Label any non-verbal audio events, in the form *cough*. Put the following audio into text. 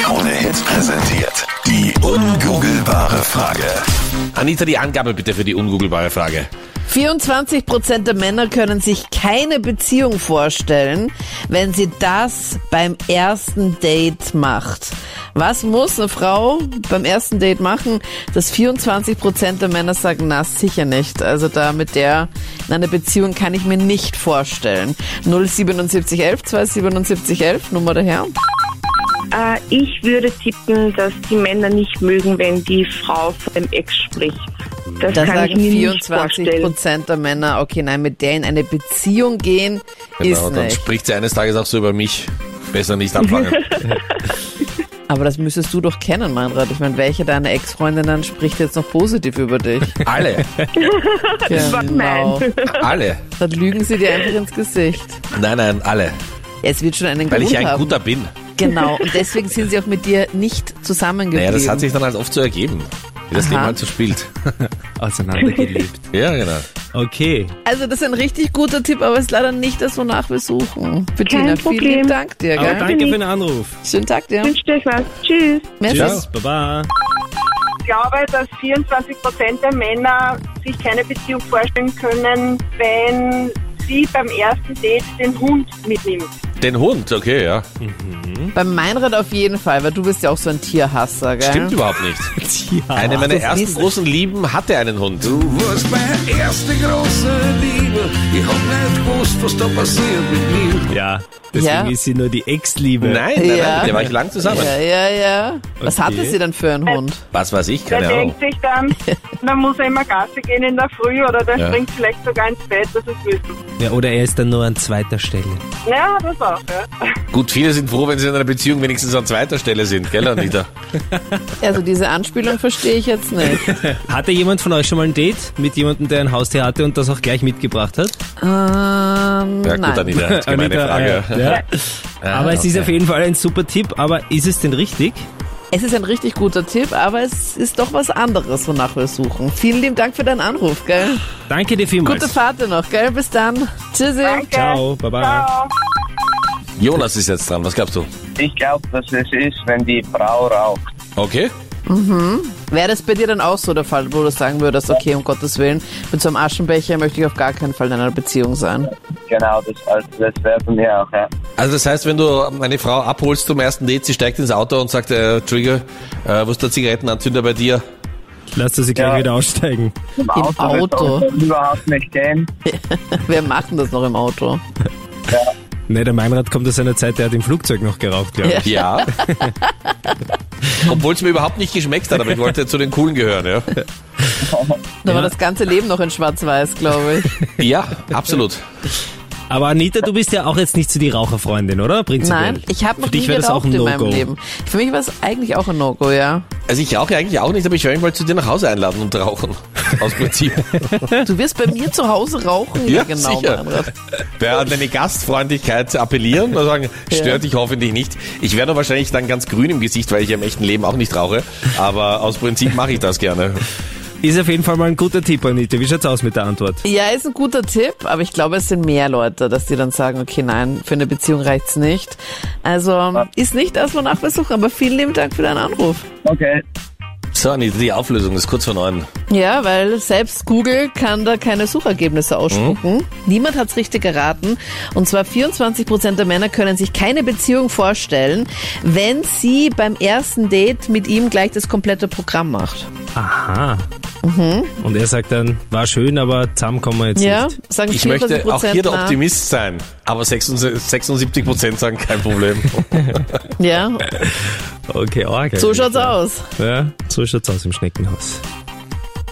Krone Hits präsentiert. Die ungoogelbare Frage. Anita, die Angabe bitte für die ungoogelbare Frage. 24 Prozent der Männer können sich keine Beziehung vorstellen, wenn sie das beim ersten Date macht. Was muss eine Frau beim ersten Date machen, dass 24 Prozent der Männer sagen, na sicher nicht. Also da mit der in einer Beziehung kann ich mir nicht vorstellen. 07711 27711, Nummer daher. Äh, ich würde tippen, dass die Männer nicht mögen, wenn die Frau von dem Ex spricht. Das Da kann ich sagen mir nicht 24 vorstellen. Prozent der Männer, okay, nein, mit der in eine Beziehung gehen Genau, ist dann nicht. spricht sie eines Tages auch so über mich. Besser nicht *laughs* anfangen. Aber das müsstest du doch kennen, Meinrad. Ich meine, welche deiner Ex-Freundinnen spricht jetzt noch positiv über dich? alle, Das war gemein. alle. Dann lügen sie dir einfach ins Gesicht. Nein, nein, alle. Es wird schon einen Weil Grund ich ein haben. guter bin. Genau, und deswegen sind sie auch mit dir nicht zusammengeblieben. Naja, das hat sich dann halt oft so ergeben, wie das Aha. Leben halt so spielt. auseinandergelebt. Ja, genau. Okay. also das ist ein richtig guter Tipp, aber es ist leider nicht das, wonach wir suchen. Bettina, vielen Problem. lieben Dank dir. Aber Gell? danke für den Anruf. Schönen Tag dir. Ich wünsche euch was. Tschüss. Merci. Tschüss. *laughs* Baba. Ich glaube, dass 24 Prozent der Männer sich keine Beziehung vorstellen können, wenn sie beim ersten Date den Hund mitnimmt. Den Hund, okay, ja. Beim Meinrad auf jeden Fall, weil du bist ja auch so ein Tierhasser, gell? Stimmt überhaupt nicht. Ja. Eine meiner das ersten ist- großen Lieben hatte einen Hund. Du warst meine erste große Liebe. Ich hab nicht gewusst, was da passiert mit mir. Ja. Deswegen Ja. ist sie nur die Ex-Liebe. Nein, nein, Ja. nein, mit der war ich lang zusammen. Ja, ja, ja. Was Okay. hatte sie denn für einen Hund? Was weiß ich, Der keine Ahnung. denkt sich *laughs* dann, man muss ja immer Gasse gehen in der Früh oder der Ja. springt vielleicht sogar ins Bett, das ist wissen. Ja, oder er ist dann nur an *laughs* zweiter Stelle. Ja, das auch, ja. Gut, viele sind froh, wenn sie in einer Beziehung wenigstens an zweiter Stelle sind, gell, Anita? Also diese Anspielung verstehe ich jetzt nicht. Hatte jemand von euch schon mal ein Date mit jemandem, der ein Haustier hatte und das auch gleich mitgebracht hat? Ähm, Ja, gut, nein. Anita, das ist Anita, meine Frage. *laughs* äh, ja. Ah, Aber es ist okay. auf jeden Fall ein super Tipp, aber ist es denn richtig? Es ist ein richtig guter Tipp, aber es ist doch was anderes, wonach wir suchen. Vielen lieben Dank für deinen Anruf, gell? Danke dir vielmals. Gute Fahrt dir noch, gell? Bis dann. Tschüssi. Danke. Ciao, Baba. Ciao. Jonas ist jetzt dran, was glaubst du? Ich glaube, dass es ist, wenn die Frau raucht. Okay. Wäre das bei dir dann auch so der Fall, wo du sagen würdest, okay, um Gottes Willen, mit so einem Aschenbecher möchte ich auf gar keinen Fall in einer Beziehung sein. *laughs* Genau, das, also das wäre von mir auch, ja. Also das heißt, wenn du eine Frau abholst zum ersten Date, sie steigt ins Auto und sagt, äh, Trigger, äh, wo ist der Zigarettenanzünder bei dir? Lass du sie gleich Ja. wieder aussteigen. Im Auto. wird es Überhaupt nicht gehen. *laughs* Wir machen das noch im Auto. Ne, der Meinrad kommt aus einer Zeit, der hat im Flugzeug noch geraucht, glaube *laughs* ich. Ja. Obwohl es mir überhaupt nicht geschmeckt hat, aber ich wollte zu den Coolen gehören, ja. Da war das ganze Leben noch in Schwarz-Weiß, *laughs* glaube ich. Ja, absolut. Aber Anita, du bist ja auch jetzt nicht so die Raucherfreundin, oder? Prinzipiell. Nein, ich habe noch Für dich nie wäre das geraucht auch ein in No-Go. meinem Leben. Für mich war es eigentlich auch ein No-Go, ja. Also ich rauche eigentlich auch nicht, aber ich werde mich mal zu dir nach Hause einladen und rauchen. Aus Prinzip. Du wirst bei mir zu Hause rauchen? Ja, genau, sicher. Meinrad. *laughs* Wer an deine Gastfreundlichkeit appellieren und sagen, stört dich hoffentlich nicht. Ich werde wahrscheinlich dann ganz grün im Gesicht, weil ich im echten Leben auch nicht rauche. Aber aus Prinzip mache ich das gerne. Ist auf jeden Fall mal ein guter Tipp, Anita. Wie schaut's aus mit der Antwort? Ja, ist ein guter Tipp, aber ich glaube, es sind mehr Leute, dass die dann sagen, okay, nein, für eine Beziehung reicht's nicht. Also ist nicht das, wonach wir suchen, aber vielen lieben Dank für deinen Anruf. Okay. So, Anita, die Auflösung ist kurz vor neun. Ja, weil selbst Google kann da keine Suchergebnisse ausspucken. Mhm. Niemand hat's richtig erraten. Und zwar 24 Prozent der Männer können sich keine Beziehung vorstellen, wenn sie beim ersten Date mit ihm gleich das komplette Programm macht. Aha. Und er sagt dann, war schön, aber zusammen kommen wir jetzt Mhm. Ja, nicht. sagen Ich möchte 24 auch hier der na. Optimist sein, aber 76 Prozent sagen kein Problem. Ja, Okay, arg. so eigentlich, schaut's ja. Äh, aus. Ja, so schaut's aus im Schneckenhaus.